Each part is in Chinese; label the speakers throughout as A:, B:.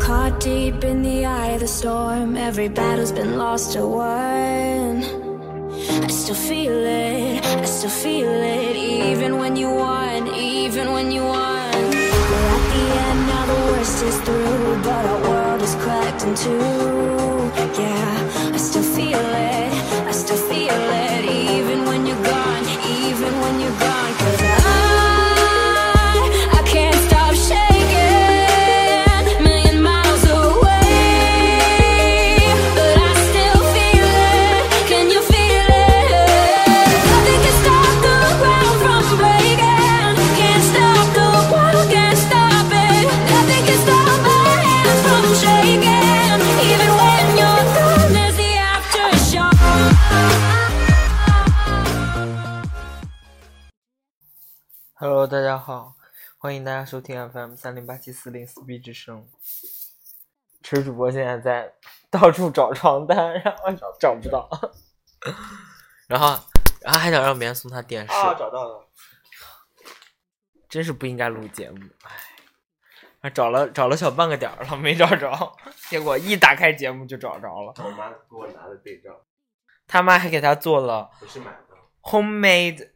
A: Caught deep in the eye of the storm, every battle's been lost or won. I still feel it, I still feel it, even when you won, even when you won. We're at the end now, the worst is through, but our world is cracked in two. Yeah, I still feel it, I still feel it, even when you're gone, even when you're gone. Cause I, I can't stop shaking, million miles away, but I still feel it. Can you feel it? Nothing can stop the ground from breaking. Can't stop the world, can't stop it. Nothing can stop my hands from shaking. Even when you're gone, there's the aftershock.
B: Hello，大家好，欢迎大家收听 FM 三零八七四零四 B 之声。池主播现在在 到处找床单，然后找不到，然后然后还想让别人送他电视，
C: 啊，找到了，
B: 真是不应该录节目。唉，找了找了小半个点儿了，没找着，结果一打开节目就找着了。
C: 我妈给我拿的对照，
B: 他妈还给他做了
C: 不是买的，
B: homemade
C: 买的。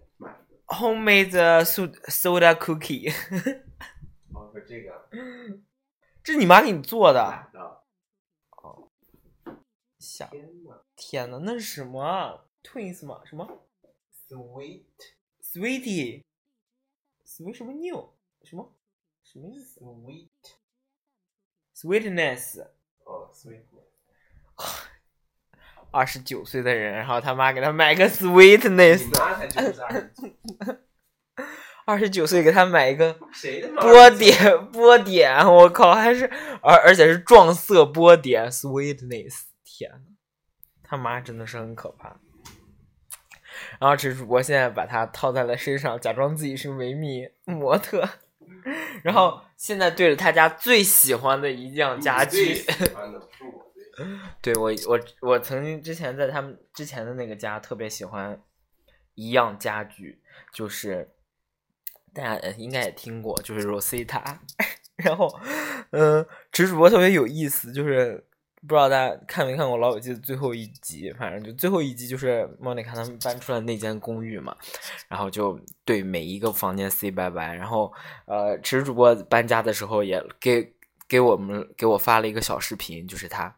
B: homemade soda soda cookie，
C: 哦，说这个
B: 这是你妈给你做的？
C: 买的，
B: 想
C: 天呐
B: 天呐，那是什么啊？Twins 吗？什么
C: s w e e t
B: ？Sweetie，什么什么 new 什么什么意思
C: sweet，
B: ？Sweetness，
C: 哦，sweet，
B: 二十九岁的人，然后他妈给他买个
C: 你
B: Sweetness，
C: 妈才就是二十几，
B: 二十九岁给他买一个
C: 谁的妈？
B: 波点波点，我靠，还是而而且是撞色波点 Sweetness，天呐，他妈真的是很可怕。然后这主播现在把它套在了身上，假装自己是维密模特， 然后现在对着他家最喜欢的一样家
C: 你最
B: 具，
C: 喜欢的不是我最喜欢的，
B: 对我我我曾经之前在他们之前的那个家特别喜欢一样家具，就是大家呃应该也听过，就是 Rosita。然 后，嗯、直主播特别有意思，就是不知道大家看没看过《老友记》的最后一集，反正就最后一集就是莫妮卡他们搬出来那间公寓嘛，然后就对每一个房间 say 拜拜。然后，呃，池主播搬家的时候也给给我们给我发了一个小视频，就是他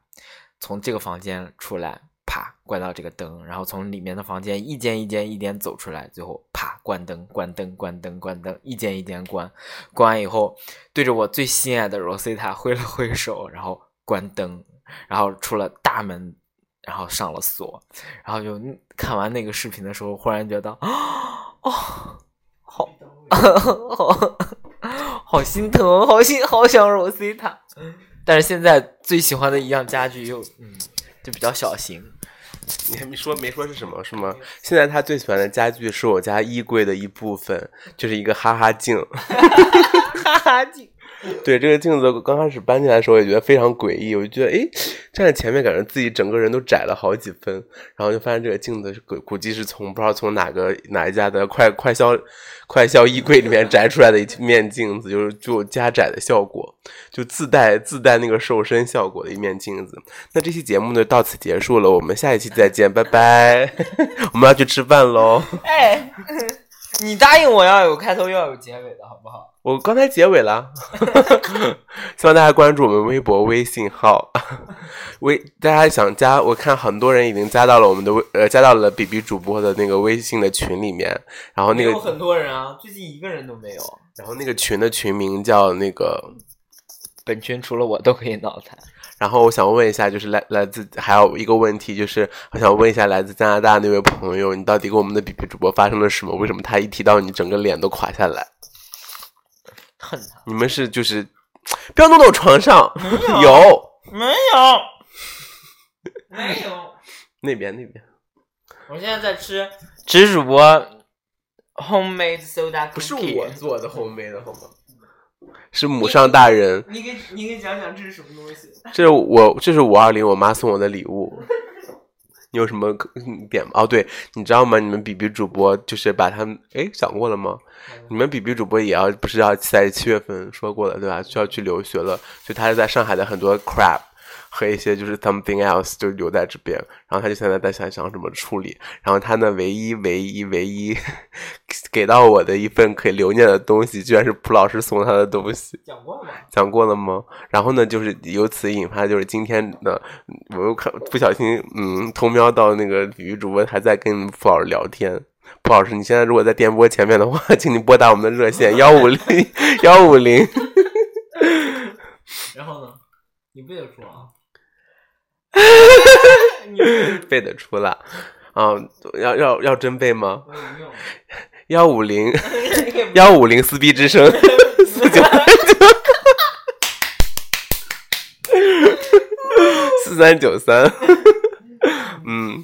B: 从这个房间出来，啪关到这个灯，然后从里面的房间一间一间一间走出来，最后啪关灯，关灯，关灯，关灯，一间一间关。关完以后，对着我最心爱的 Rosita 挥了挥手，然后关灯，然后出了大门，然后上了锁，然后就看完那个视频的时候，忽然觉得， 啊哦。好，好， 好心疼，好心，好想 Rosita。但是现在最喜欢的一样家具又，嗯，就比较小型。
D: 你还没说没说是什么是吗？现在他最喜欢的家具是我家衣柜的一部分，就是一个哈哈镜。
B: 哈哈镜，
D: 对，这个镜子刚开始搬进来的时候也觉得非常诡异，我就觉得诶，站在前面感觉自己整个人都窄了好几分，然后就发现这个镜子是估估计是从不知道从哪个哪一家的快快销快销衣柜里面摘出来的一面镜子，就是就有加窄的效果，就自带自带那个瘦身效果的一面镜子。那这期节目呢到此结束了，我们下一期再见，拜拜， 我们要去吃饭喽。
B: 哎， 你答应我要有开头，要有结尾的好不好？
D: 我刚才结尾了， 希望大家关注我们微博、微信号。 微大家想加，我看很多人已经加到了我们的微呃，加到了 B B 主播的那个微信的群里面。然后那
B: 没有
D: 个，
B: 很多人啊，最近一个人都没有。
D: 然后那个群的群名叫那个。
B: 本群除了我都可以脑残。
D: 然后我想问一下，就是来来自还有一个问题，就是我想问一下来自加拿大那位朋友，你到底跟我们的 B B 主播发生了什么？为什么他一提到你，整个脸都垮下来？
B: 恨他。
D: 你们是就是不要弄到我床上，
B: 啊
D: 有
B: 没有，没有。
D: 那边那边。
B: 我现在在吃直主播 homemade soda cookie。
D: 不是我，做的烘焙的好吗？是母上大人，
B: 你给你给讲讲这是什么东西？
D: 这是我这是五二零我妈送我的礼物，你有什么可嗯点吗？哦，对，你知道吗？你们比比主播就是把他们，哎，讲过了吗？你们比比主播也要不是要在七月份说过了对吧？就要去留学了，所以他是在上海的很多 crap 和一些就是 something else 就留在这边，然后他就现在在想想怎么处理。然后他呢，唯一唯一唯一 给到我的一份可以留念的东西，居然是蒲老师送他的东西。
B: 讲过了吗？
D: 讲过了吗？然后呢，就是由此引发，就是今天的嗯我又看不小心，嗯，偷瞄到那个体育主播还在跟付老师聊天。付老师，你现在如果在电波前面的话， 请你拨打我们的热线幺五 零幺五零。
B: 然后呢？你背得出 啊？
D: 背得出来啊？要要要真背吗？
B: 我有用。
D: 幺五 零幺五零撕逼之声四九四三九三，嗯，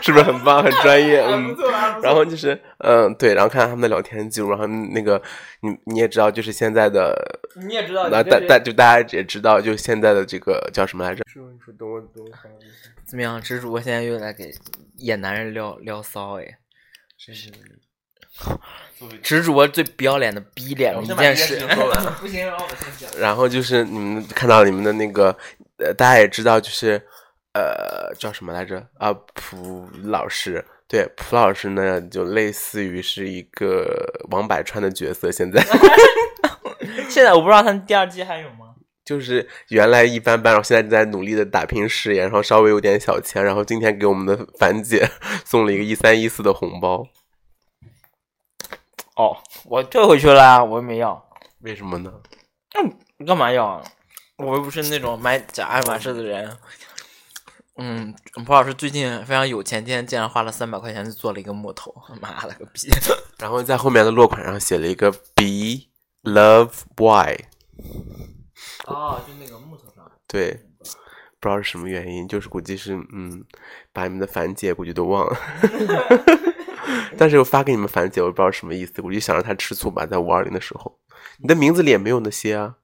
D: 是不是很棒，很专业？嗯。然后就是，嗯，对，然后看看他们的聊天记录，然后那个，你你也知道，就是现在的，
B: 你也知道，
D: 那大大就大家也知道，就现在的这个叫什么来着？
B: 怎么样？直主播现在又来给野男人撩撩骚哎！真 是
C: 作为
B: 直主播最不要脸的逼脸的一件事。
C: 完，不行，让我先讲。
D: 然后就是你们看到你们的那个，呃，大家也知道，就是呃，叫什么来着？啊，蒲老师。对，蒲老师呢，就类似于是一个王百川的角色，现在
B: 现在我不知道他们第二季还有吗？
D: 就是原来一般般，然后现在正在努力的打拼事业，然后稍微有点小钱，然后今天给我们的樊姐 送了一个一三一四的红包，
B: 哦，我退回去了啊，我又没要，
D: 为什么呢？
B: 你干嘛要啊？我又不是那种买假爱马仕的人。嗯，蒲老师最近非常有钱，今天竟然花了三百块钱去做了一个木头，妈了个逼！
D: 然后在后面的落款上写了一个 “be love why”，
B: 哦，就那个木头上。
D: 对，不知道是什么原因，就是估计是嗯，把你们的樊姐估计都忘了， 但是我发给你们樊姐，我也不知道什么意思，我就想让她吃醋吧，在五二零的时候，你的名字里也没有那些啊，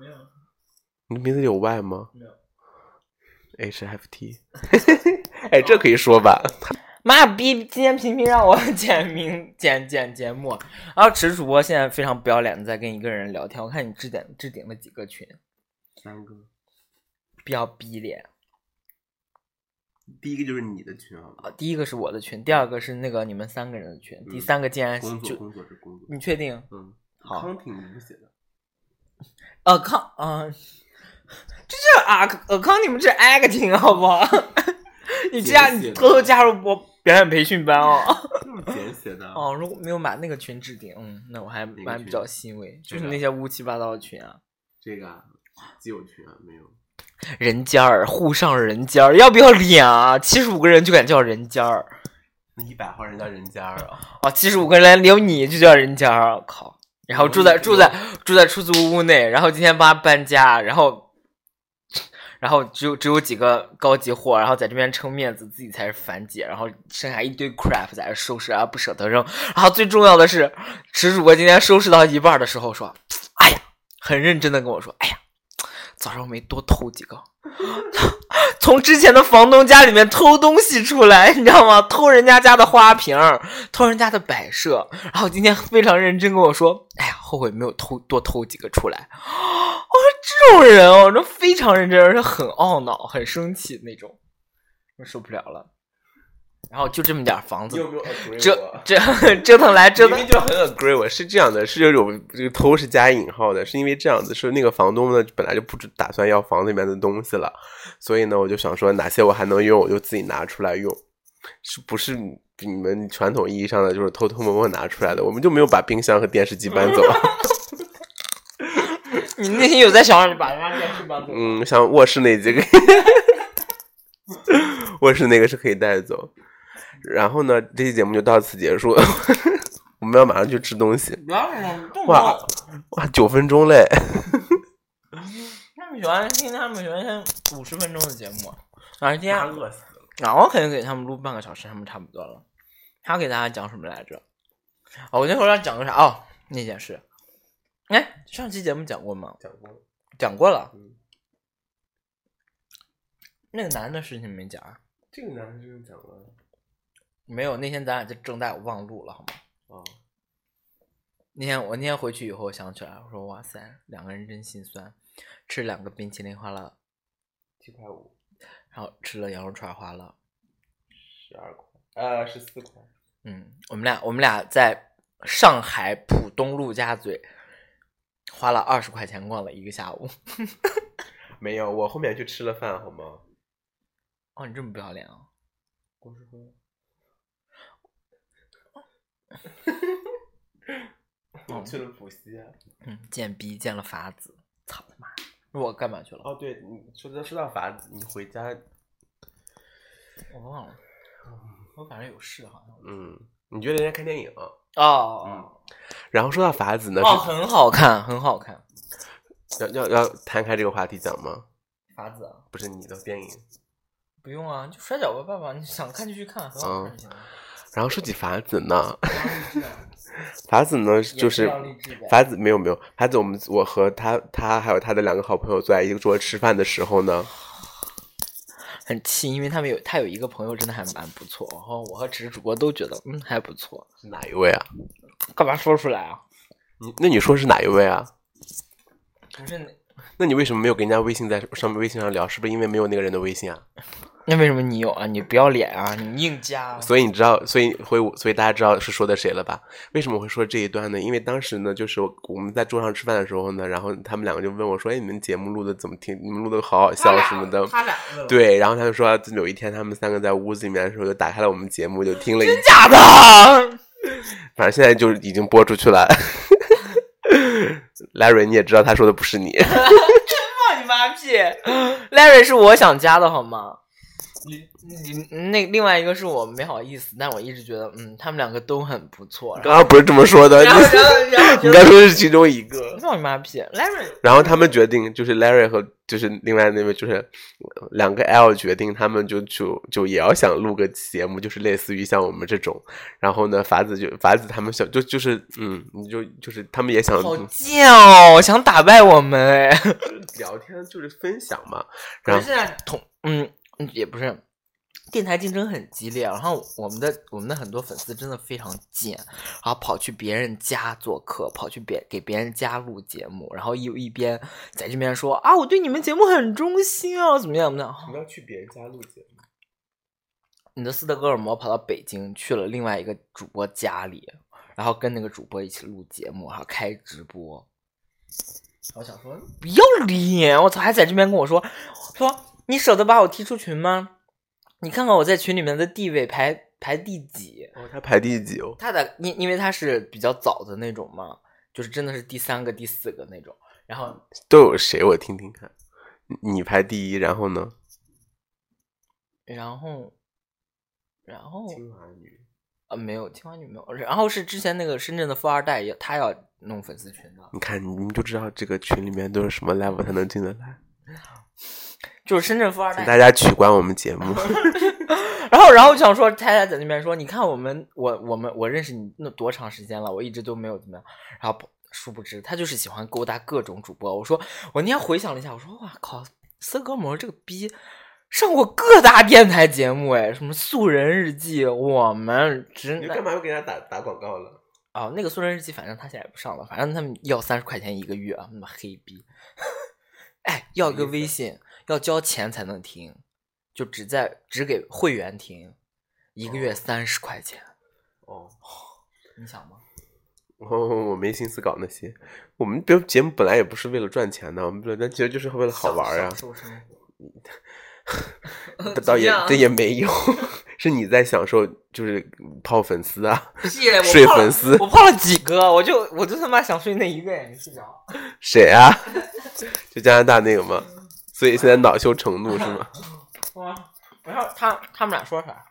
B: 没有，
D: 你的名字里有 Y 吗？
B: 没有。
D: HFT，哎，这可以说吧？
B: 妈逼！今天频频让我 剪名剪剪节目，然后池主播现在非常不要脸的在跟一个人聊天。我看你置顶置顶了几个群，
D: 三个，
B: 比较逼脸。
D: 第一个就是你的群啊，
B: 啊，第一个是我的群，第二个是那个你们三个人的群，第三个竟
D: 嗯
B: 然是哎就
D: 作是工作，
B: 你确定？
D: 嗯，
B: 好康
D: 挺你写的，
B: 呃康嗯，这就是啊呃康你们这是 acting 好不好？ 你这样你偷偷加入我表演培训班哦。
D: 就是简写的
B: 哦，如果没有把那个群置顶，嗯，那我还
D: 个
B: 蛮比
D: 群
B: 较欣慰，就是
D: 哪
B: 那些乌七八糟的群啊。
D: 这个啊，基友群啊，没有。
B: 人尖儿，沪上人尖儿，要不要脸啊？七十五个人就敢叫人尖儿
D: 那一百号人家人家啊，
B: 啊！七十五个人有你就叫人尖儿，我靠！然后住在住在住在出租屋内，然后今天帮他搬家，然后然后只有只有几个高级货，然后在这边撑面子，自己才是凡姐，然后剩下一堆 crap 在这收拾，啊然后不舍得扔。然后最重要的是，池主播今天收拾到一半的时候说：“哎呀，很认真的跟我说，哎呀，早上没多偷几个。”从之前的房东家里面偷东西出来，你知道吗？偷人家家的花瓶儿，偷人家的摆设。然后今天非常认真跟我说：“哎呀，后悔没有偷多偷几个出来。”我说这种人哦，这非常认真，而且很懊恼、很生气那种，我受不了了。然后就这么点儿房子，
D: 没有 agree
B: 折折折腾来折
D: 明
B: 腾
D: 明就很 agree 我是这样的，是有种这个偷是加引号的，是因为这样子，是那个房东呢本来就不知打算要房子里面的东西了，所以呢我就想说哪些我还能用，我就自己拿出来用，是不是你你们传统意义上的就是偷偷摸摸拿出来的？我们就没有把冰箱和电视机搬走，啊
B: 你内心有在想让你把人家电视搬走？
D: 嗯，像卧室那几个，卧室那个是可以带走。然后呢，这期节目就到此结束， 我们要马上去吃东西，
B: 不要让我动不
D: 哇
B: 动。
D: 哇，九分钟嘞。
B: 他们喜欢听他们喜欢听五十分钟的节目，然后今天
D: 哎饿死了。
B: 啊，我肯定给他们录半个小时，他们差不多了。他给大家讲什么来着？哦，我那会儿要讲个啥？哦，那件事。哎，上期节目讲过吗？
D: 嗯讲过，
B: 讲过了。那个男的事情没讲啊？
D: 这个男生真的讲了
B: 没有，那天咱俩在正大我忘录了好吗？
D: 啊，
B: 那天我那天回去以后我想起来，我说哇塞，两个人真心酸，吃两个冰淇淋花了，
D: 七块五，
B: 然后吃了羊肉串花了。
D: 十二块，呃，十四块，
B: 嗯，我们俩我们俩在上海浦东陆家嘴花了二十块钱逛了一个下午。
D: 没有，我后面去吃了饭，好吗？
B: 哦，你这么不要脸啊！
D: 我是说， 我去了浦西、啊。
B: 嗯，见逼见了法子，操他妈！我干嘛去了？
D: 哦，对，你说到说到法子，你回家，
B: 我忘了，我反正有事好像。
D: 嗯，你约人家看电影，啊
B: 哦、
D: 嗯然后说到法子呢，
B: 哦，很好看，很好看。
D: 是要要要摊开这个话题讲吗？
B: 法子啊
D: 不是你的电影。
B: 不用啊，就摔跤吧，爸爸，你想看就去看，很
D: 嗯
B: 好看就行了。
D: 然后说起法子呢，
C: 励志啊，
D: 法子呢就是
B: 也非常励志的
D: 法子没有没有法子，我们我和他他还有他的两个好朋友坐在一个桌吃饭的时候呢，
B: 很气，因为他们有他有一个朋友真的还蛮不错，然后我和只是主播都觉得嗯还不错，
D: 是哪一位啊？
B: 干嘛说出来啊？
D: 你那你说是哪一位啊？
B: 不是那
D: 那你为什么没有跟人家微信在上面微信上聊？是不是因为没有那个人的微信啊？
B: 那为什么你有啊？你不要脸啊！你硬加、啊。
D: 所以你知道，所以会，所以大家知道是说的谁了吧？为什么会说这一段呢？因为当时呢，就是我我们在桌上吃饭的时候呢，然后他们两个就问我说：“哎，你们节目录的怎么听？你们录的好好笑什么的。
C: 他俩问了”，
D: 对，然后他就说，有一天他们三个在屋子里面的时候，就打开了我们节目，就听了一，
B: 假的。
D: 反正现在就是已经播出去了。Larry，你也知道他说的不是你，
B: 放你妈屁！Larry 是我想加的好吗？
C: 你
B: 你那另外一个是我没好意思，但我一直觉得嗯，他们两个都很不 错。然后
D: 刚刚不是这么说的，你
B: 然后然后然后
D: 你该说是其中一个。
B: 放你妈屁！Larry
D: 然后他们决定，就是 Larry 和就是另外那位，就是两个 L 决定，他们就就就也要想录个节目，就是类似于像我们这种。然后呢，法子就法子他们想就就是嗯，你就就是他们也想
B: 好贱哦，想打败我们哎！
D: 聊天，就是分享嘛。
B: 可
D: 然
B: 是
D: 后
B: 现在同嗯嗯也不是，电台竞争很激烈，然后我们的我们的很多粉丝真的非常贱，然后跑去别人家做客，跑去别给别人家录节目，然后一一边在这边说啊，我对你们节目很忠心啊，怎么样怎么样？
D: 你要去别人家录节目，
B: 你的斯德哥尔摩跑到北京去了另外一个主播家里，然后跟那个主播一起录节目，然后开直播。
C: 我想说，
B: 不要脸！我操，还在这边跟我说说你舍得把我踢出群吗？你看看我在群里面的地位排排第几？
D: 哦，他排第几哦？
B: 他的因因为他是比较早的那种嘛，就是真的是第三个、第四个那种。然后
D: 都有谁？我听听看。你你排第一，然后呢？
B: 然后然后
D: 华女，
B: 啊没有青蛙女没有，然后是之前那个深圳的富二代也他要弄粉丝群的，
D: 你看你们就知道这个群里面都是什么 level 才能进得来，
B: 就是深圳富二代
D: 请大家取关我们节目。
B: 然后，然后就想说，太太在那边说，你看我们，我我们我认识你那多长时间了，我一直都没有怎么样。然后不殊不知，他就是喜欢勾搭各种主播。我说，我那天回想了一下，我说，哇靠，斯格摩这个逼上过各大电台节目，哎，什么《素人日记》，我们直男
D: 嘛又给人家打打广告了？
B: 哦，那个《素人日记》，反正他现在也不上了，反正他们要三十块钱一个月，啊那么黑逼。 哎，要一个微信，要交钱才能听，就只在只给会员听，一个月三十块钱。
D: 哦。
B: 你想吗？
D: 我我没心思搞那些，我们这节目本来也不是为了赚钱的，我们本来其实就是为了好玩呀、
B: 享受生活
D: 啊。倒也这也没有， 是你在享受，就是泡粉丝啊，
B: 屁嘞！我
D: 睡
B: 泡了
D: 粉丝
B: 我泡了几个？我就我就他妈想睡那一个呀！你睡 着？
D: 谁啊？就加拿大那个嘛，所以现在恼羞成怒是吗？
B: 哇！不要他他们俩说啥？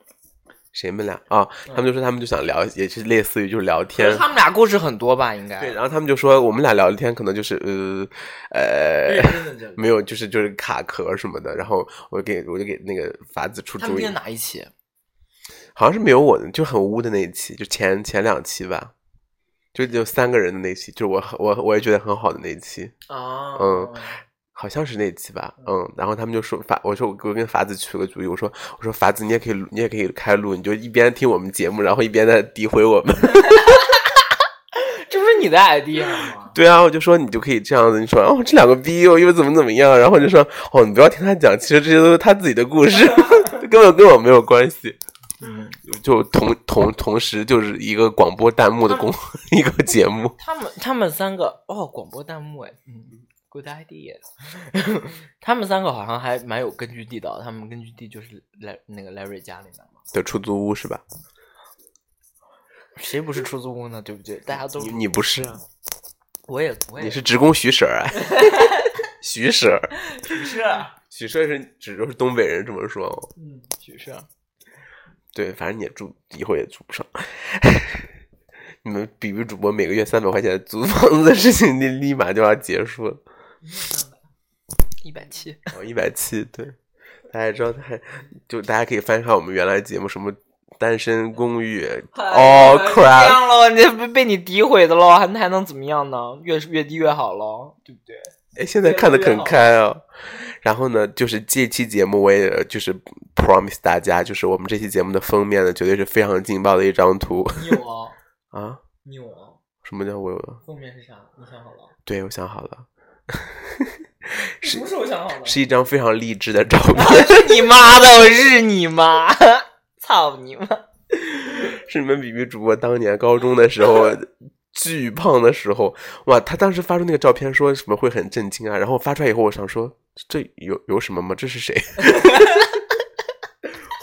D: 谁们俩啊、他们就说他们就想聊，也是类似于就是聊天。
B: 嗯他们俩故事很多吧？应该
D: 对，然后他们就说我们俩聊天可能就是呃
B: 认
D: 呃
B: 真的真的。
D: 没有，就是就是卡壳什么的。然后我给我就给那个法子出
B: 他们
D: 主意
B: 编，哪一期？
D: 好像是没有我的，就很污的那一期，就前前两期吧，就就三个人的那期，就是我我我也觉得很好的那一期。
B: 啊
D: 嗯，好像是那期吧，嗯，然后他们就说法，我说我我跟法子取了个主意，我说我说法子你也可以你也可以开录，你就一边听我们节目，然后一边在诋毁我们。
B: 这不是你的 idea 吗？
D: 对啊，我就说你就可以这样子，你说哦这两个逼我又怎么怎么样，然后我就说哦你不要听他讲，其实这些都是他自己的故事， 根本跟我没有关系。
B: 嗯，
D: 就同同同时就是一个广播弹幕的工一个节目，
B: 他们他们三个哦，广播弹幕哎，嗯，good idea。他们三个好像还蛮有根据地的哦，他们根据地就是来那个 Larry 家里面嘛。
D: 的出租屋是吧？
B: 谁不是出租屋呢？对不对？大家都啊
D: 你你不是，
B: 我也我也
D: 你是职工徐婶儿啊， 徐婶儿，
B: 许是，
D: 徐婶儿是指就是东北人这么说哦。
B: 嗯，许是。
D: 对，反正你也住，以后也住不上。 你们比比主播每个月三百块钱的租房子的事情，你立马就要结束了。
B: 一百七，
D: 哦，一百七，对，大家也知道，还就大家可以翻看我们原来节目，什么单身公寓，all
B: 哦 哎这
D: crap，
B: 样喽，你被被你诋毁的喽，还还能怎么样呢？越越低越好喽，对不对？
D: 哎，现在看的很开啊。然后呢，就是这期节目，我也就是 promise 大家，就是我们这期节目的封面呢，绝对是非常劲爆的一张图
B: 你有啊，
D: 啊！
B: 你有啊，
D: 什么叫我有了？
B: 封面是啥？你想好了？
D: 对，我想好了，
B: 不是我想好的，
D: 是一张非常励志的照片。
B: 你妈的，我日你妈！ 操你妈！
D: 是你们比比主播当年高中的时候巨胖的时候，哇！他当时发出那个照片说什么会很震惊啊，然后发出来以后，我想说这有有什么吗？这是谁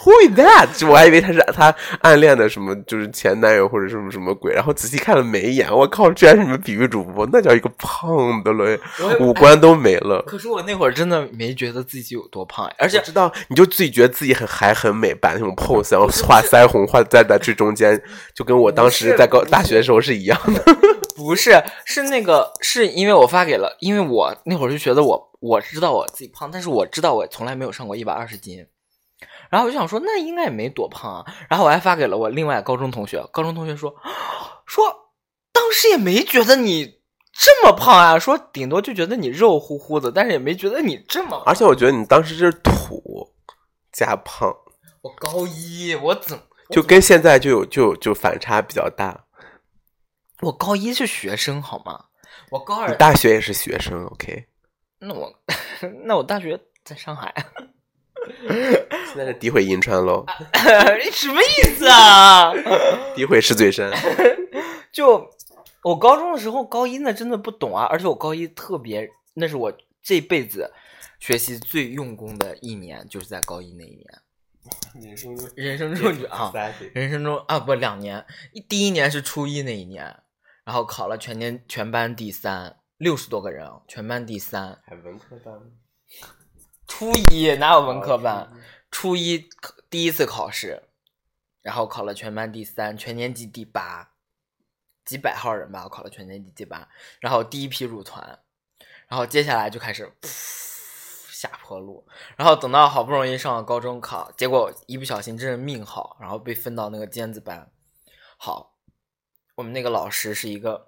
D: ？Who is that？我还以为他是他暗恋的什么，就是前男友或者什么什么鬼，然后仔细看了眉眼，我靠，居然是你们比比主播，那叫一个胖的嘞，五官都没了。
B: 可是我那会儿真的没觉得自己有多胖，而且
D: 我知道，你就自己觉得自己很还很美，摆那种 pose，然后 画腮红，画在在去中间，就跟我当时在高大学的时候是一样 的。
B: 不是是那个，是因为我发给了，因为我那会儿就觉得我我知道我自己胖，但是我知道我从来没有上过一百二十斤，然后我就想说那应该也没多胖啊，然后我还发给了我另外高中同学，高中同学说 说当时也没觉得你这么胖啊，说顶多就觉得你肉乎乎的，但是也没觉得你这么胖，
D: 而且我觉得你当时就是土加胖，
B: 我高一我怎么
D: 就跟现在就有就有就反差比较大。
B: 我高一是学生好吗？我高
D: 你
B: 二
D: 大学也是学生，OK？
B: 那我 那我大学在上海，啊
D: 现在是诋毁银川喽，
B: 什么意思啊？
D: 诋毁石嘴山。
B: 就我高中的时候，高一那真的不懂啊，而且我高一特别，那是我这辈子学习最用功的一年，就是在高一那一年，
C: 你 说的
B: 人生中就啊，人生中啊不两年，一第一年是初一那一年，然后考了全年全班第三，六十多个人，哦全班第三，
D: 还文科班，
B: 初一哪有文科班？哦初一考第一次考试，然后考了全班第三，全年级第八，几百号人吧，我考了全年级第八，然后第一批入团，然后接下来就开始噗下坡路，然后等到好不容易上了高中考，结果一不小心真是命好，然后被分到那个尖子班。好，我们那个老师是一个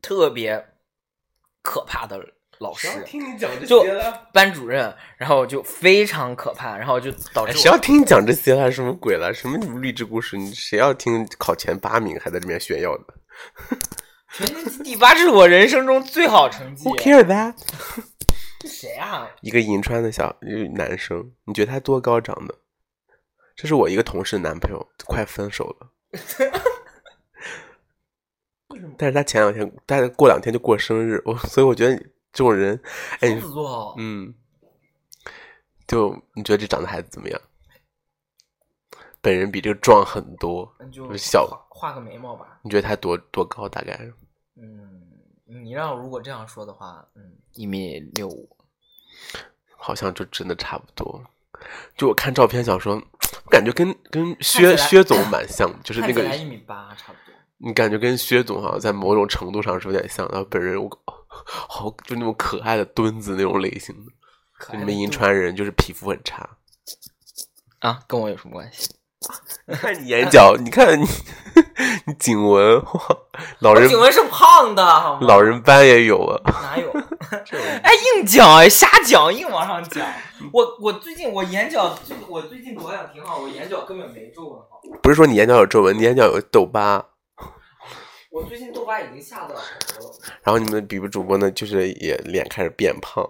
B: 特别可怕的老师，
C: 你讲这
B: 就
C: 些了，
B: 班主任，然后就非常可怕，然后就导
D: 哎
B: 致
D: 谁要
B: 我
D: 听你讲这些了？什么鬼了？什么励志故事？你谁要听考前八名还在这边炫耀的
B: 全年级第八，这是我人生中最好成绩。
D: ？Who care that？
B: 是谁啊？
D: 一个银川的小呃男生，你觉得他多高长的？这是我一个同事的男朋友，快分手 了。但是他前两天，但是过两天就过生日，我所以我觉得你这种人，哎，
B: 双
D: 你
B: 子座哦，
D: 嗯，就你觉得这长得孩子怎么样？本人比这个壮很多，
B: 那就
D: 我小
B: 画画个眉毛吧。
D: 你觉得他多多高？大概
B: 嗯，你让我如果这样说的话，嗯，一米六五。
D: 好像就真的差不多。就我看照片想说，我感觉跟跟
B: 来
D: 薛薛总蛮像，就是
B: 看
D: 那
B: 起
D: 个
B: 来一米八差不多。
D: 你感觉跟薛总好像在某种程度上是有点像，然后本人我好就那种可爱的墩子那种类型的，
B: 可
D: 就
B: 爱
D: 你
B: 的
D: 们银
B: 动物
D: 川人就是皮肤很 差，
B: 啊，跟我有什么关系？
D: 你看你眼角，你看你 你颈纹，哇，老
B: 我
D: 人
B: 颈纹是胖的，好吗？
D: 老人斑也有啊，
B: 哪有？哎，硬讲哎，瞎讲，硬往上讲。我我最近我眼角，最我最近保养挺好，我眼角根本没皱纹好。
D: 不是说你眼角有皱纹，你眼角有痘疤。
B: 我最近痘疤已经下到头了。
D: 然后你们的比比主播呢，就是也脸开始变胖，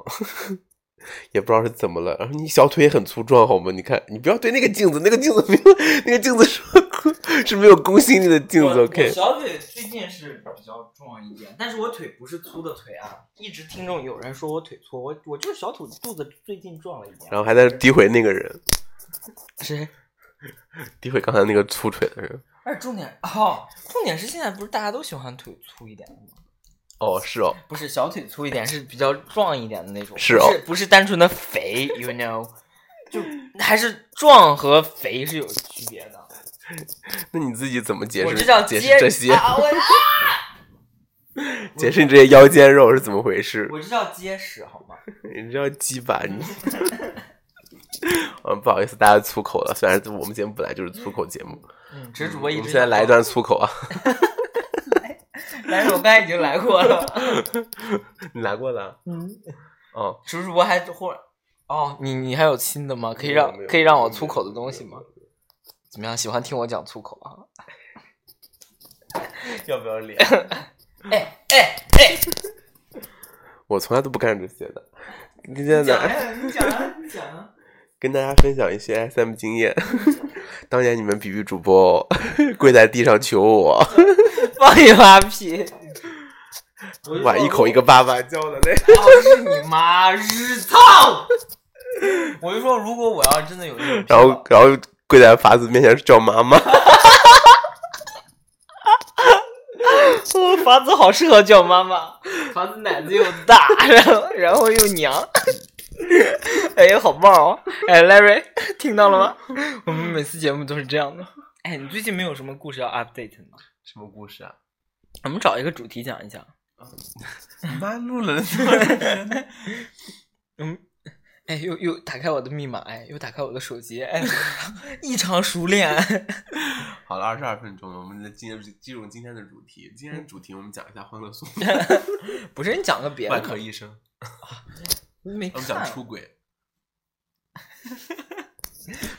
D: 也不知道是怎么了。然后你小腿也很粗壮，好吗？你看，你不要对那个镜子，那个镜子没有，那个镜子是 是没有公信力的 镜
B: 我
D: 子。
B: 我
D: OK，
B: 小腿最近是比较壮一点，但是我腿不是粗的腿啊。一直听众有人说我腿粗，我我就是小腿肚子最近壮了一点。
D: 然后还在诋毁那个人，
B: 谁？
D: 诋毁刚才那个粗腿的人。
B: 而且重点哦，重点是现在不是大家都喜欢腿粗一点的吗？
D: 哦，是哦，
B: 不是小腿粗一点，是比较壮一点的那种，
D: 是
B: 不
D: 哦
B: 是不是单纯的肥，you know，就 还是壮和肥是有区别的。
D: 那你自己怎么解
B: 我
D: 释
B: 这叫
D: 解释
B: 接
D: 这些？
B: 啊，我啊
D: 解释你这些腰间肉是怎么回事？
B: 我这叫结实好吗？
D: 你这叫鸡巴 你。嗯，不好意思，大家粗口了。虽然我们节目本来就是粗口节目，
B: 嗯，只是主
D: 我
B: 播一
D: 们
B: 直
D: 现在来一段粗口啊！
B: 想说，但是我刚才已经来过了。
D: 你来过了？
B: 嗯，
D: 哦，
B: 主主播还或哦，你你还有新的吗？可以
D: 没有
B: 让
D: 没有
B: 可以让我
D: 没有
B: 粗口的东西吗？怎么样？喜欢听我讲粗口啊？
D: 要不要脸？
B: 哎哎，
D: 我从来都不干这些的。今天
B: 讲
D: 呢，
B: 呀，你讲啊，你讲啊。
D: 跟大家分享一些 SM 经验。 当年你们比比主播、哦、跪在地上求我，
B: 放你妈屁！
D: 哇，一口一个巴巴叫的那。
B: 哦，是你妈日操！我就说，如果我要真的有那种
D: 然 后，然后跪在法子面前叫妈妈。
B: 我 法子好适合叫妈妈，法子奶子又大，然 后然后又娘，哎呀，好棒哦！哎，Larry，听到了 吗？我们每次节目都是这样的。哎，你最近没有什么故事要 update 吗？
D: 什么故事啊？
B: 我们找一个主题讲一讲。
D: 妈录了，
B: 嗯，哎，又又打开我的密码，哎，又打开我的手机， 哎，异常熟练。
D: 好了，二十二分钟了，我们的今天进入今天的主题。今天的主题我们讲一下《欢乐 颂》
B: 不是你讲个别的
D: 外
B: 吗
D: 科，医 生，
B: 没
D: 我们讲
B: 看
D: 出轨。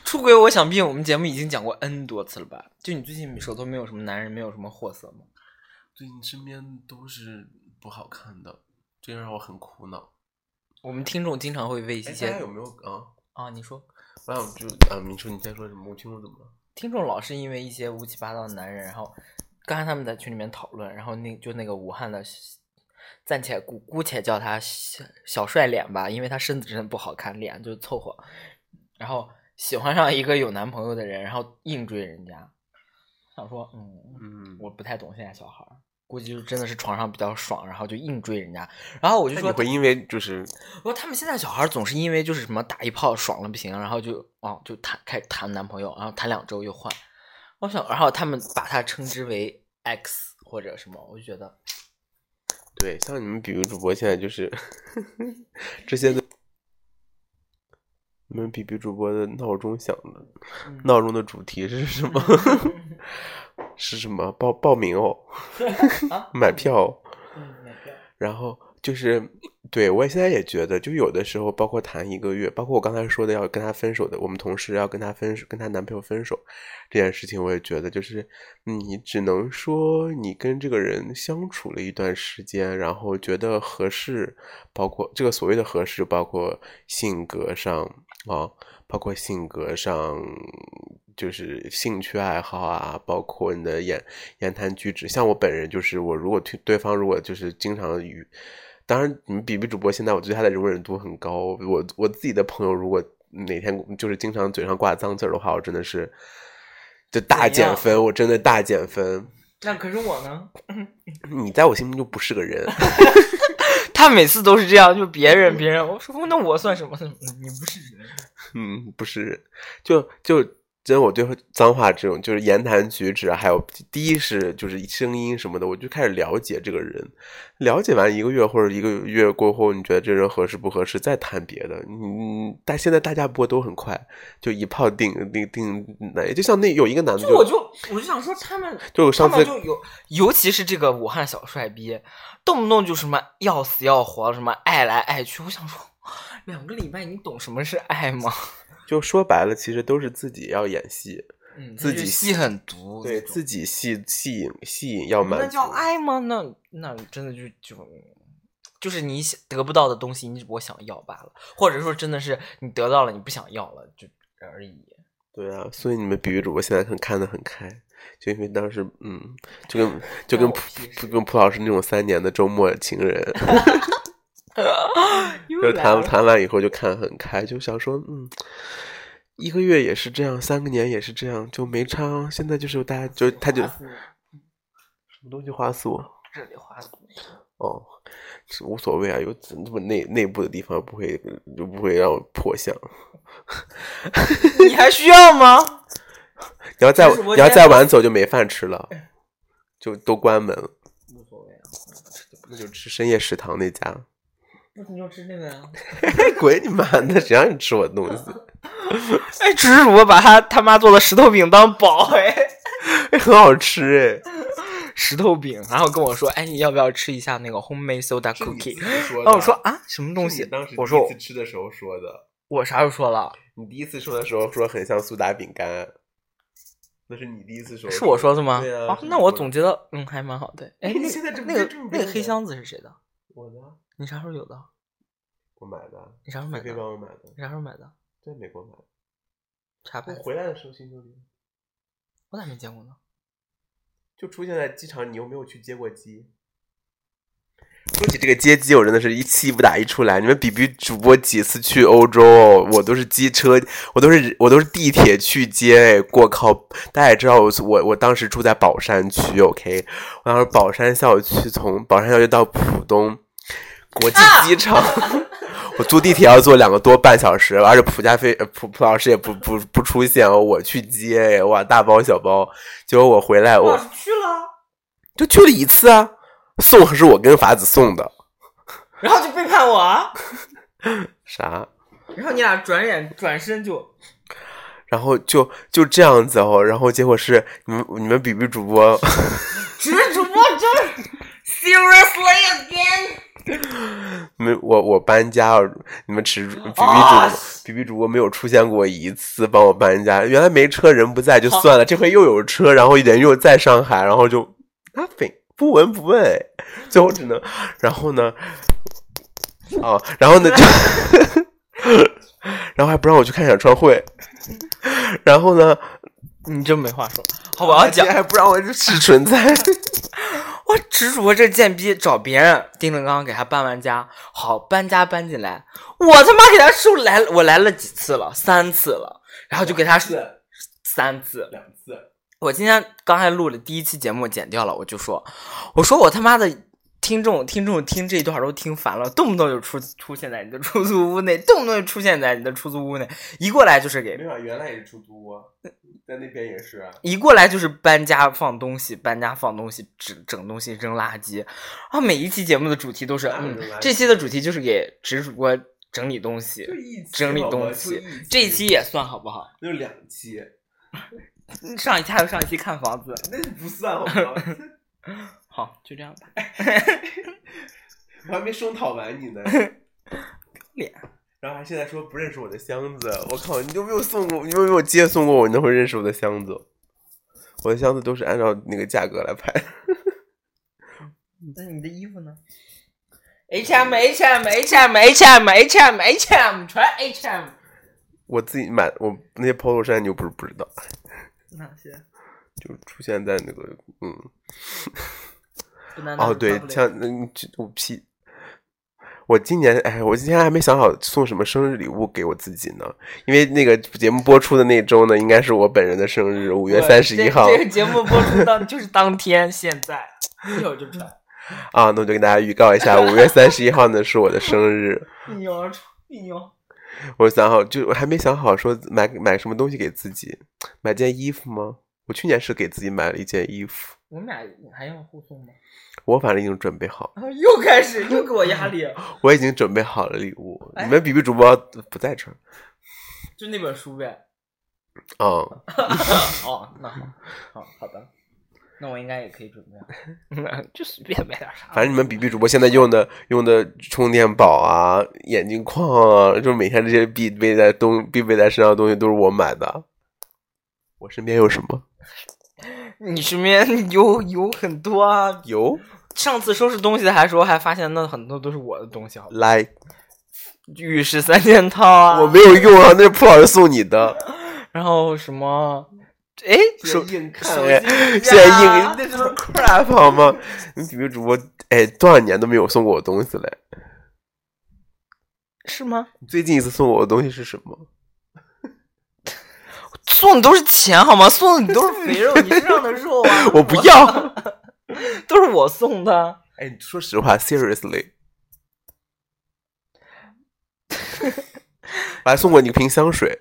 B: 出轨，我想必我们节目已经讲过 N 多次了吧？就你最近手头没有什么男人，没有什么货色吗？
D: 最近身边都是不好看的，这让我很苦恼。
B: 我们听众经常会为一
D: 哎，大家
B: 些
D: 有没有啊？
B: 啊，你说
D: 我想就啊，明叔，你先说什么？我听众怎么了？
B: 听众老是因为一些乌七八糟的男人，然后刚才他们在群里面讨论，然后那就那个武汉的，暂且姑姑且叫他小小帅脸吧，因为他身子真的不好看，脸就凑合，然后喜欢上一个有男朋友的人，然后硬追人家，想说嗯
D: 嗯
B: 我不太懂现在小孩儿，估计就真的是床上比较爽，然后就硬追人家。然后我就
D: 那
B: 说
D: 你，会因为就是
B: 我说他们现在小孩儿总是因为就是什么打一炮爽了不行，然后就哦就谈开始谈男朋友，然后谈两周又换。我想，然后他们把它称之为 X 或者什么，我就觉得
D: 对像你们比如主播现在就是 这些的，你们比比主播的闹钟响了，
B: 嗯
D: 闹钟的主题是什么？ 是什么？报报名哦，
B: 啊
D: 买票哦。
B: 嗯，买票
D: 然后就是，对我现在也觉得，就有的时候，包括谈一个月，包括我刚才说的要跟她分手的，我们同事要跟她分手，跟她男朋友分手这件事情，我也觉得就是，嗯你只能说你跟这个人相处了一段时间，然后觉得合适，包括这个所谓的合适，包括性格上啊，包括性格上。就是兴趣爱好啊，包括你的言言谈举止。像我本人就是，我如果对对方如果就是经常与，当然你们比比主播现在我对他的容忍度很高。我我自己的朋友如果哪天就是经常嘴上挂脏字儿的话，我真的是就大
B: 怎样
D: 减分，我真的大减分。
B: 那可是我呢，
D: 你在我心中就不是个人。
B: 他每次都是这样，就别人嗯别人，我说那我算什么？你不是人，
D: 嗯，不是，就就真的我对脏话这种就是言谈举止，啊还有第一是就是声音什么的，我就开始了解这个人。了解完一个月或者一个月过后，你觉得这人合适不合适，再谈别的。你但现在大家播都很快，就一炮定定定哪，就像那有一个男的
B: 就我就我就想说他们，
D: 就上
B: 他们
D: 次
B: 就有，尤其是这个武汉小帅逼，动不动就什么要死要活，什么爱来爱去。我想说，两个礼拜你懂什么是爱吗？
D: 就说白了，其实都是自己要演戏，
B: 嗯，
D: 自
B: 就是
D: 己
B: 戏很毒，
D: 对
B: 这种
D: 自己吸吸引吸引要
B: 那
D: 满足
B: 叫。爱吗？那那真的就就就是你想得不到的东西，你我想要罢了，或者说真的是你得到了，你不想要了，就而已。
D: 对啊，所以你们比喻主播现在很看得很开，就因为当时嗯，就 跟就跟
B: 关我
D: 蒲
B: 屁
D: 就跟蒲老师那种三年的周末情 人，就是谈谈完以后就看很开，就想说嗯。一个月也是这样，三个年也是这样，就没差啊。现在就是大家就他就什么东西花死我
B: 这里花死你
D: 哦，是无所谓啊，有这么内内部的地方不会就不会让我破相。
B: 你还需要吗？
D: 你要再
B: 就是我
D: 你要
B: 现在
D: 再晚走就没饭吃了，就都关门了，
B: 无所谓啊，
D: 那就吃深夜食堂那家。
B: 那你就吃那个呀。
D: 滚你妈的！谁让你吃我东西？
B: 哎，只是我把他他妈做的石头饼当宝哎，
D: 很好吃哎，
B: 石头饼，然后跟我说，哎，你要不要吃一下那个 homemade soda
D: 是你
B: cookie？
D: 自己说
B: 然后我
D: 的
B: 说啊，什么东
D: 是
B: 西
D: 你当时？
B: 我
D: 第
B: 说
D: 一次吃的时候说的，
B: 我啥时候说了？
D: 你第一次说的时候说很像苏打饼干，那是你第一次说的，
B: 是我说的吗？
D: 对啊
B: 哦
D: 是你
B: 那我
D: 说的
B: 总觉得嗯还蛮好 的。哎，
D: 你
B: 那
D: 现在这不
B: 那
D: 就
B: 个
D: 这么
B: 那
D: 多
B: 个黑
D: 吗
B: 箱子是谁的？
D: 我的，
B: 你啥时候有的？
D: 我买的，
B: 你啥时候买
D: 菲
B: 的
D: 菲？帮我买的，
B: 你啥时候买的？
D: 在美国买的。
B: 啥牌
D: 我
B: 子？
D: 回来的时候星期六
B: 我咋没见过呢？
D: 就出现在机场，你又没有去接过机。说起这个接机，我真的是一期不打一处来。你们比比主播几次去欧洲，我都是机车，我都是我都是地铁去接。哎过靠，大家也知道我我我当时住在宝山区，OK，我当时宝山校区从宝山校区到浦东国际机场。 我坐地铁要坐两个多半小时，而且普加飞呃普普老师也不不不出现，我去接哎哇大包小包，结果我回来我
B: 去了，
D: 就去了一次啊，送是我跟法子送的，
B: 然后就背叛我啊，
D: 啥？
B: 然后你俩转眼转身就
D: 然后就就这样子哦，然后结果是你们你们比比主播，
B: 只是主播真 seriously again。
D: 你们我我搬家，你们吃比比主播、
B: 啊
D: 比比主播没有出现过一次帮我搬家，原来没车人不在就算了，这回又有车，然后人又在上海，然后就 nothing 不闻不问，哎最后只能，然后呢，哦，然后呢就 然后还不让我去看演唱会，然后呢。
B: 你真没话说。好，我要讲
D: 姐，还不让我吃纯菜，
B: 我直主播这贱逼找别人，丁正刚给他搬完家，好搬家搬进来，我他妈给他收来，我来了几次了，三次了，然后就给他收三次，
D: 两次，
B: 我今天刚才录了第一期节目，剪掉了，我就说，我说我他妈的听众听众听这一段都听烦了，动不动就出出现在你的出租屋内，动不动就出现在你的出租屋内，一过来就是给
D: 没，有啊，原来也是出租屋，在那边也是啊。
B: 一过来就是搬家放东西，搬家放东西，整整东西扔垃圾，啊，每一期节目的主题都是，
D: 哪有
B: 嗯
D: 扔垃，圾
B: 这期的主题就是给直主播整理东西
D: 就，一期
B: 整理
D: 好吗
B: 东
D: 就
B: 西
D: 一，
B: 这一期也算好不好？嗯
D: 就两期，
B: 上一期还有上一期看房子，
D: 那不算好 吗？
B: 好，就这样吧，
D: 我还没声讨完你呢，
B: 脸。
D: 然后还现在说不认识我的箱子，我靠，你都没有送过，你都没有接送过我，你都会认识我的箱子？我的箱子都是按照那个价格来拍，
B: 那你的衣服呢？H M H M H M H M H M H M 全 H M
D: 我自己买，我那些 polo 衫你又不是不知道，
B: 哪些？
D: 就出现在那个嗯。
B: 不难
D: 哦，对，像嗯，这我屁，我今年哎，我今天还没想好送什么生日礼物给我自己呢，因为那个节目播出的那周呢，应该是我本人的生日，五
B: 五
D: 月三十一号
B: 这个节目播出当 就是当天，现在一会儿就传。
D: 啊，那我就给大家预告一下，五月三十一号呢是我的生日，
B: 你牛，你牛，
D: 我想好，就我还没想好说买买什么东西给自己，买件衣服吗？我去年是给自己买了一件衣服，
E: 我们俩还要互 送吗？
D: 我反正已经准备好，
E: 啊又开始，又给我压力。
D: 我已经准备好了礼物。
E: 哎
D: 你们比比主播不在这儿，
E: 就那本书 呗。
D: 嗯，
E: 哦，那好，好好的，那我应该也可以准
B: 啊
E: 备好。
B: 就随便买点啥。
D: 反正你们比比主播现在用的用的充电宝啊、眼镜框啊，就是每天这些必备在东必备在身上的东西都是我买的。我身边有什么？
B: 你身边 有有很多啊。
D: 有
B: 上次收拾东西的还时候还发现那很多都是我的东西，好吧？
D: 来，
B: 浴室三件套啊，
D: 我没有用啊，那是蒲老师送你的。
B: 然后什么？哎，手
F: 硬看
D: 现
F: 哎
D: 在
B: 机
D: 现在
B: 啊
D: 硬那什么 crap 好吗？你比如主播，哎，多少年都没有送过我东西嘞？
B: 是吗？
D: 最近一次送我的东西是什么？，
B: 送的都是钱好吗？送的你都是肥肉，你身上的肉啊
D: 我不要。
B: 都是我送的。
D: 哎，你说实话，seriously，我还送过你一瓶香水。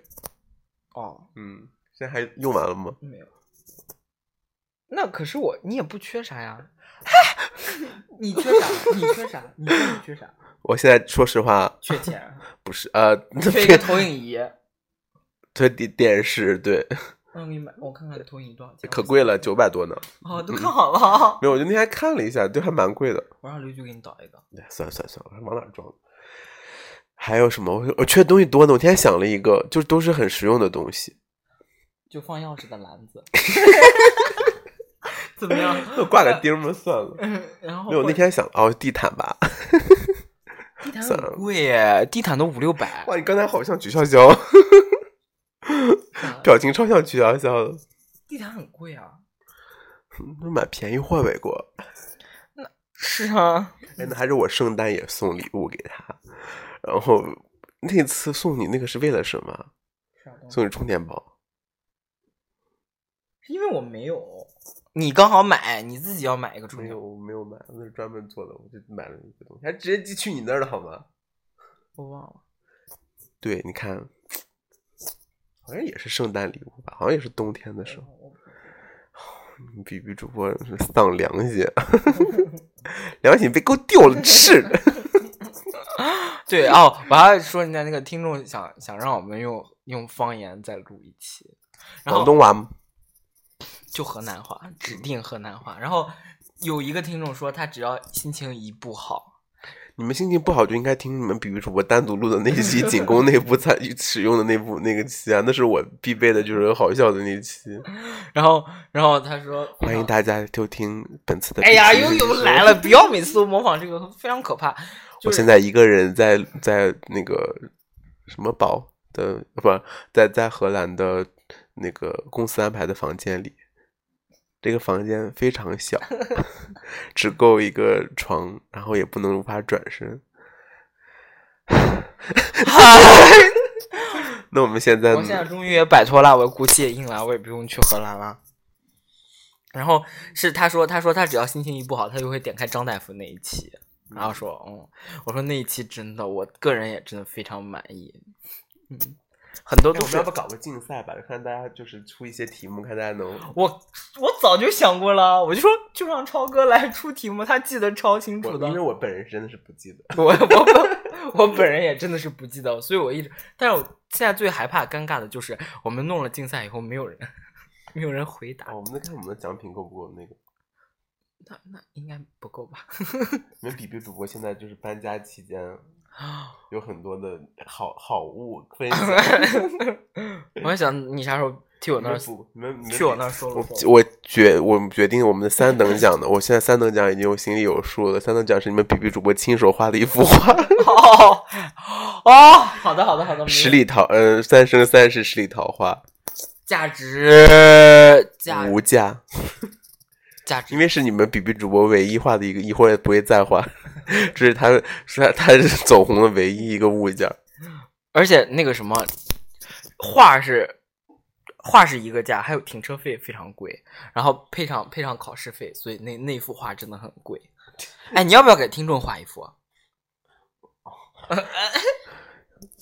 B: 哦，
D: 嗯，现在还用完了吗？
B: 没有。那可是我，你也不缺 啥呀？
E: 你缺啥？你缺啥？你说你缺啥？
D: 我现在说实话，
E: 缺钱，啊
D: 不是呃，
E: 缺一个投影仪。
D: 对电电视对，
E: 那我给你买，我看看投影仪多少钱。
D: 可贵了，九百多呢。
E: 哦，
B: 嗯
E: 都看好了啊。
D: 没有，我就那天还看了一下，对，还蛮贵的。
E: 我让刘局给你导一个。
D: 哎算了算了算了，我还往哪儿装？还有什么？我我缺的东西多呢。我今天想了一个，就都是很实用的东 西，
E: 就放钥匙的篮子， 怎么 样？
D: 挂个钉儿嘛，算了。
E: 然后
D: 没有，那天想哦，地毯吧。
B: 地毯
D: 算了
B: 很贵耶，地毯都五六 百。
D: 哇，你刚才好像曲筱绡， 表情超像曲筱绡的。
E: 地毯很贵啊，
D: 嗯买便宜货呗，给我。
B: 是啊，
D: 哎，那还是我圣诞也送礼物给他。然后那次送你那个是为了什么？
E: 啊
D: 送你充电宝。
E: 因为我没有。
B: 你刚好买，你自己要买一个充电宝。
D: 我没有买，那是专门做的，我就买了一个东西，还直接寄去你那儿了好吗？
B: 我忘了，
D: 对，你看，好像也是圣诞礼物吧？好像也是冬天的时候。比比主播是丧良心，啊 良心被狗丢了吃了。
B: 对哦，我还说人家那个听众想想让我们用用方言再录一期， 然后
D: 广东话吗？
B: 就河南话，指定河南话。然后有一个听众说，他只要心情一不好，
D: 你们心情不好就应该听你们比比主播单独录的那一 期仅供内部参与使用的那部那个期啊，那是我必备的，就是好笑的那期。
B: 然后然后他说，
D: 欢迎大家收听本次的。
B: 哎呀，又又来了，！不要每次都模仿这个，非常可怕。
D: 我现在一个人在在那个什么堡的不在在荷兰的那个公司安排的房间里，这个房间非常 小， 只够一个床，然后也不能无法转 身。 那我们现在
B: 我现在终于也摆脱了，我的鼓起也硬了，我也不用去荷兰了。然后是他说，他说他只要心情一不好，他就会点开张大夫那一期，然后说，嗯，我说那一期真的，我个人也真的非常满意，嗯，很多
D: 哎
B: 都
D: 我们
B: 是
D: 要不搞个竞赛吧？看大家就是出一些题目，看大家能。
B: 我我早就想过了，我就说就让超哥来出题目，他记得超清
D: 我
B: 楚的。
D: 因为我本人真的是不记得，
B: 我我我本人也真的是不记得，所以我一直，但是我现在最害怕尴尬的就是我们弄了竞赛以后没有人没有人回答，
D: 哦，我们再看我们的奖品够不够那个。
B: 那那应该不够 吧？
D: 你们比比主播现在就是搬家期 间，有很多的好好物分 享。
B: 我还想你啥时候替我
D: 你
B: 那儿
D: 们不你们你们
B: 去我
D: 比
B: 那儿收了
D: 我
B: 搜
D: 我决我们决定我们的三等奖的，我现在三等奖已经我心里有数了。三等奖是你们比比主播亲手画的一幅画，
B: 哦哦，好的好的好的，没
D: 十里桃，嗯、三生三世十里桃花，
B: 价值呃价
D: 无价。
B: 价值
D: 因为是你们比比主播唯一画的一个，以后也不会再画， 这是他是他他是走红的唯一一个物件儿。
B: 而且那个什么，画是画是一个价，还有停车费非常贵，然后配上配上考试费，所以那那幅画真的很贵。哎，你要不要给听众画一幅啊？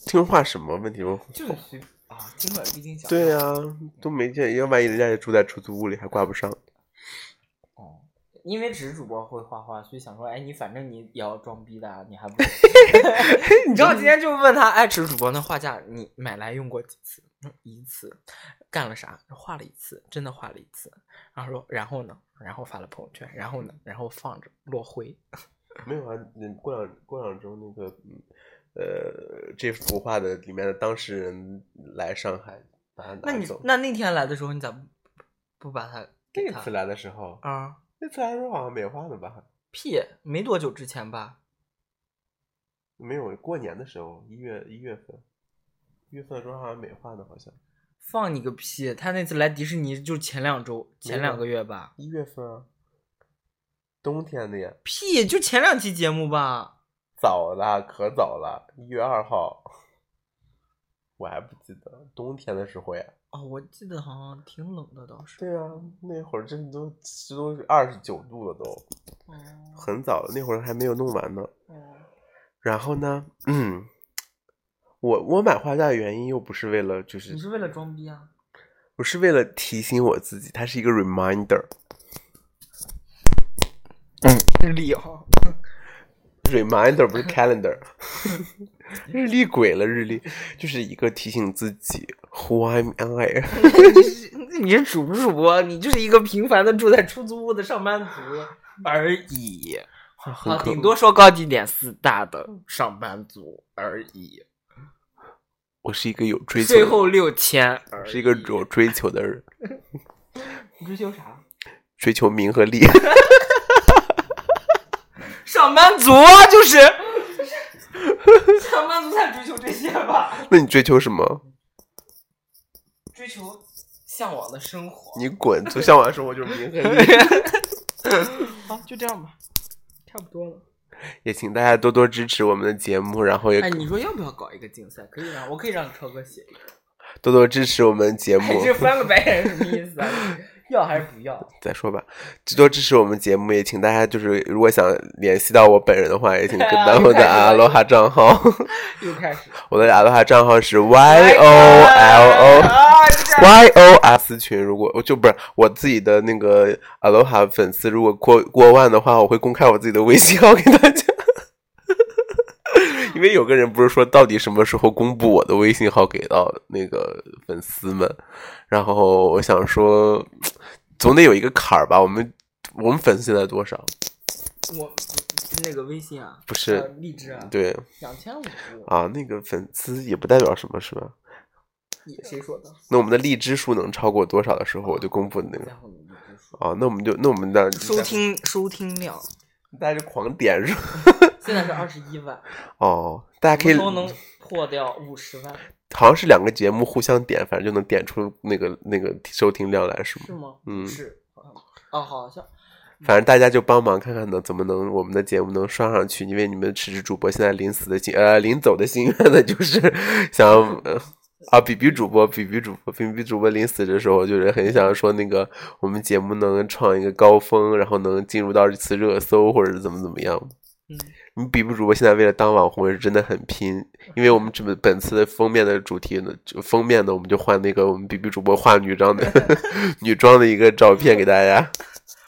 D: 听话什么问题？我
B: 就是随啊，今晚毕竟想
D: 对呀、啊都没见，要万一人家也住在出租屋里，还挂不上。
B: 哦，因为只是主播会画画，所以想说，哎，你反正你也要装逼的啊，你还不， 你知道今天就问他，哎，只是主播那画架你买来用过几次？嗯一次，干了啥？画了一次，真的画了一次。然后说，然后呢？然后发了朋友圈，然后呢？然后放着落灰。
D: 没有啊，你过两过两周那个，嗯呃，这幅画的里面的当事人来上海，把它
B: 那
D: 拿
B: 你
D: 走。
B: 那那天来的时候，你咋不不把它给
D: 那
B: 他
D: 次？来的时候，
B: 啊，
D: 那次来的时候好像没画呢吧？
B: 屁，没多久之前吧？
D: 没有，过年的时候，一月一月份，一月份的时候好像没画呢，好像
B: 放你个屁！他那次来迪士尼就前两周，前
D: 没有
B: 两个月吧？
D: 一月份啊，冬天的呀，
B: 屁，就前两期节目吧。
D: 早了，可早了，一月二号， 我还不记得冬天的时候呀。
B: 哦，我记得好像挺冷的，倒是。
D: 对啊，那会儿真的都这都二十九度了都。
B: 哦
D: 很早了，那会儿还没有弄完呢。
B: 哦，
D: 然后呢，嗯，我我买画架的原因又不是为了，就是
B: 你是为了装逼啊？
D: 我是为了提醒我自己，它是一个 reminder。
B: 日历哈。
D: reminder 不是 calendar，日历鬼了，日历就是一个提醒自己 who am I。
B: 你是 你是主不主播？你就是一个平凡的住在出租屋的上班族而已。
D: 很
B: 啊，
D: 可
B: 顶多说高级点四大的上班族而已，
D: 我是一个有追求
B: 最
D: 的，
B: 后六千而已。
D: 是一个有追求的人，
B: 你追求啥？
D: 追求名和利。
B: 上班族啊就是 上班族才追求这些吧，
D: 那你追求什么？
B: 追求向往的生活。
D: 你滚！就像我说，我就是名和利。
B: 好，就这样吧，差不多了。
D: 也请大家多多支持我们的节目，然后也
B: 哎，你说要不要搞一个竞赛？可以让我可以让超哥写一个。
D: 多多支持我们节目
B: 哎，。这翻个白眼是什么意思啊？ 要还是不要？
D: 再说吧，多多支持我们节目，也请大家就是如果想联系到我本人的话，也请跟到我的阿罗哈账号。
B: 又开始。哎
D: 我的阿罗哈账号是 Y O L O
B: 啊，就这样
D: Y O S 群。如果我就不是我自己的那个阿罗哈粉丝，如果过过万的话，我会公开我自己的微信号给大家。 因为有个人不是说到底什么时候公布我的微信号给到那个粉丝们，然后我想说，总得有一个坎儿吧。我们我们粉丝现在多少？
B: 我那个微信啊，
D: 不是
B: 呃荔枝啊，
D: 对
B: 两千五。
D: 啊，那个粉丝也不代表什么，是吧？
B: 你谁说的？
D: 那我们的荔枝数能超过多少的时候，我就公布那
B: 不
D: 个
B: 在。乎你不说。
D: 哦，那我们就那我们的
B: 收，听收听量
D: 大家就狂点是吧？
B: 现在是二十一万，
D: 哦，大家可
B: 什
D: 以
B: 么时候能破掉五十万？
D: 好像是两个节目互相点，反正就能点出那个那个收听量来，是吗
B: 是？吗？
D: 嗯
B: 是。哦，好像
D: 反正大家就帮忙看看能怎么能我们的节目能刷上去，因为你们迟迟主播现在临死的心呃临走的心愿呢，就是想要呃啊比比主播比比主播比比主播临死的时候，就是很想说那个我们节目能创一个高峰，然后能进入到一次热搜或者怎么怎么样。
B: 嗯，
D: 你比比主播现在为了当网红是真的很拼，因为我们这本本次的封面的主题呢，就封面呢我们就换那个我们比比主播化女装的 女装的一个照片给大家。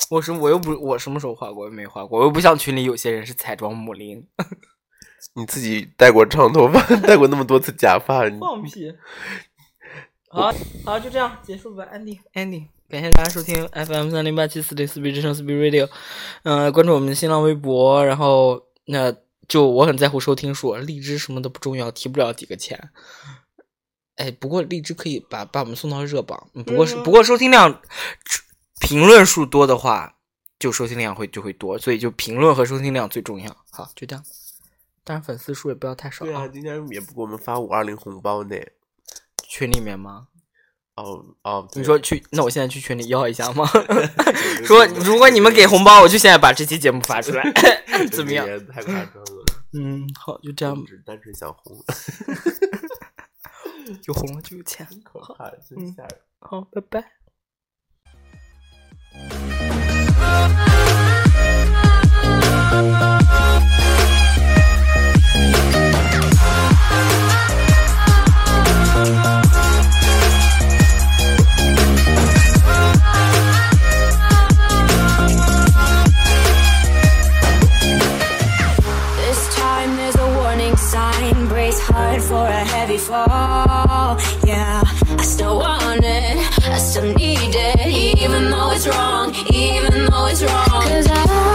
B: 我什我又不我什么时候画过？没画过，我又不像群里有些人是彩妆母零。
D: 你自己戴过长头发， 戴过那么多次假发，你
B: 放 屁！好好，就这样结束吧，ending，ending。感谢大家收听 FM 三零八七四零四 B 之声 s p e Radio，嗯、呃关注我们的新浪微博，然后那、就我很在乎收听数，荔枝什么的不重要，提不了几个钱。哎，不过荔枝可以把把我们送到热榜，嗯不过是、不过收听量、评论数多的话，就收听量会就会多，所以就评论和收听量最重要。好，就这样，当然粉丝数也不要太少
D: 对啊，今天也不给我们发五二零红包呢。
B: 群里面吗？
D: 哦哦，对
B: 你说去，那我现在去群里要一下 吗？
D: 对
B: 说
D: 对
B: 如果你们给红包，我就现在把这期节目发出来， 怎么样？
D: 这个也太夸张了，
B: 嗯，好，就这样吧，
D: 只是单纯想红，
B: 有红了就有钱。
D: 可怕，真吓人。
B: 好，拜拜。
G: I
A: sign, brace hard for a heavy fall. Yeah, I still want it, I still need it, even though it's wrong, even though it's wrong. Cause I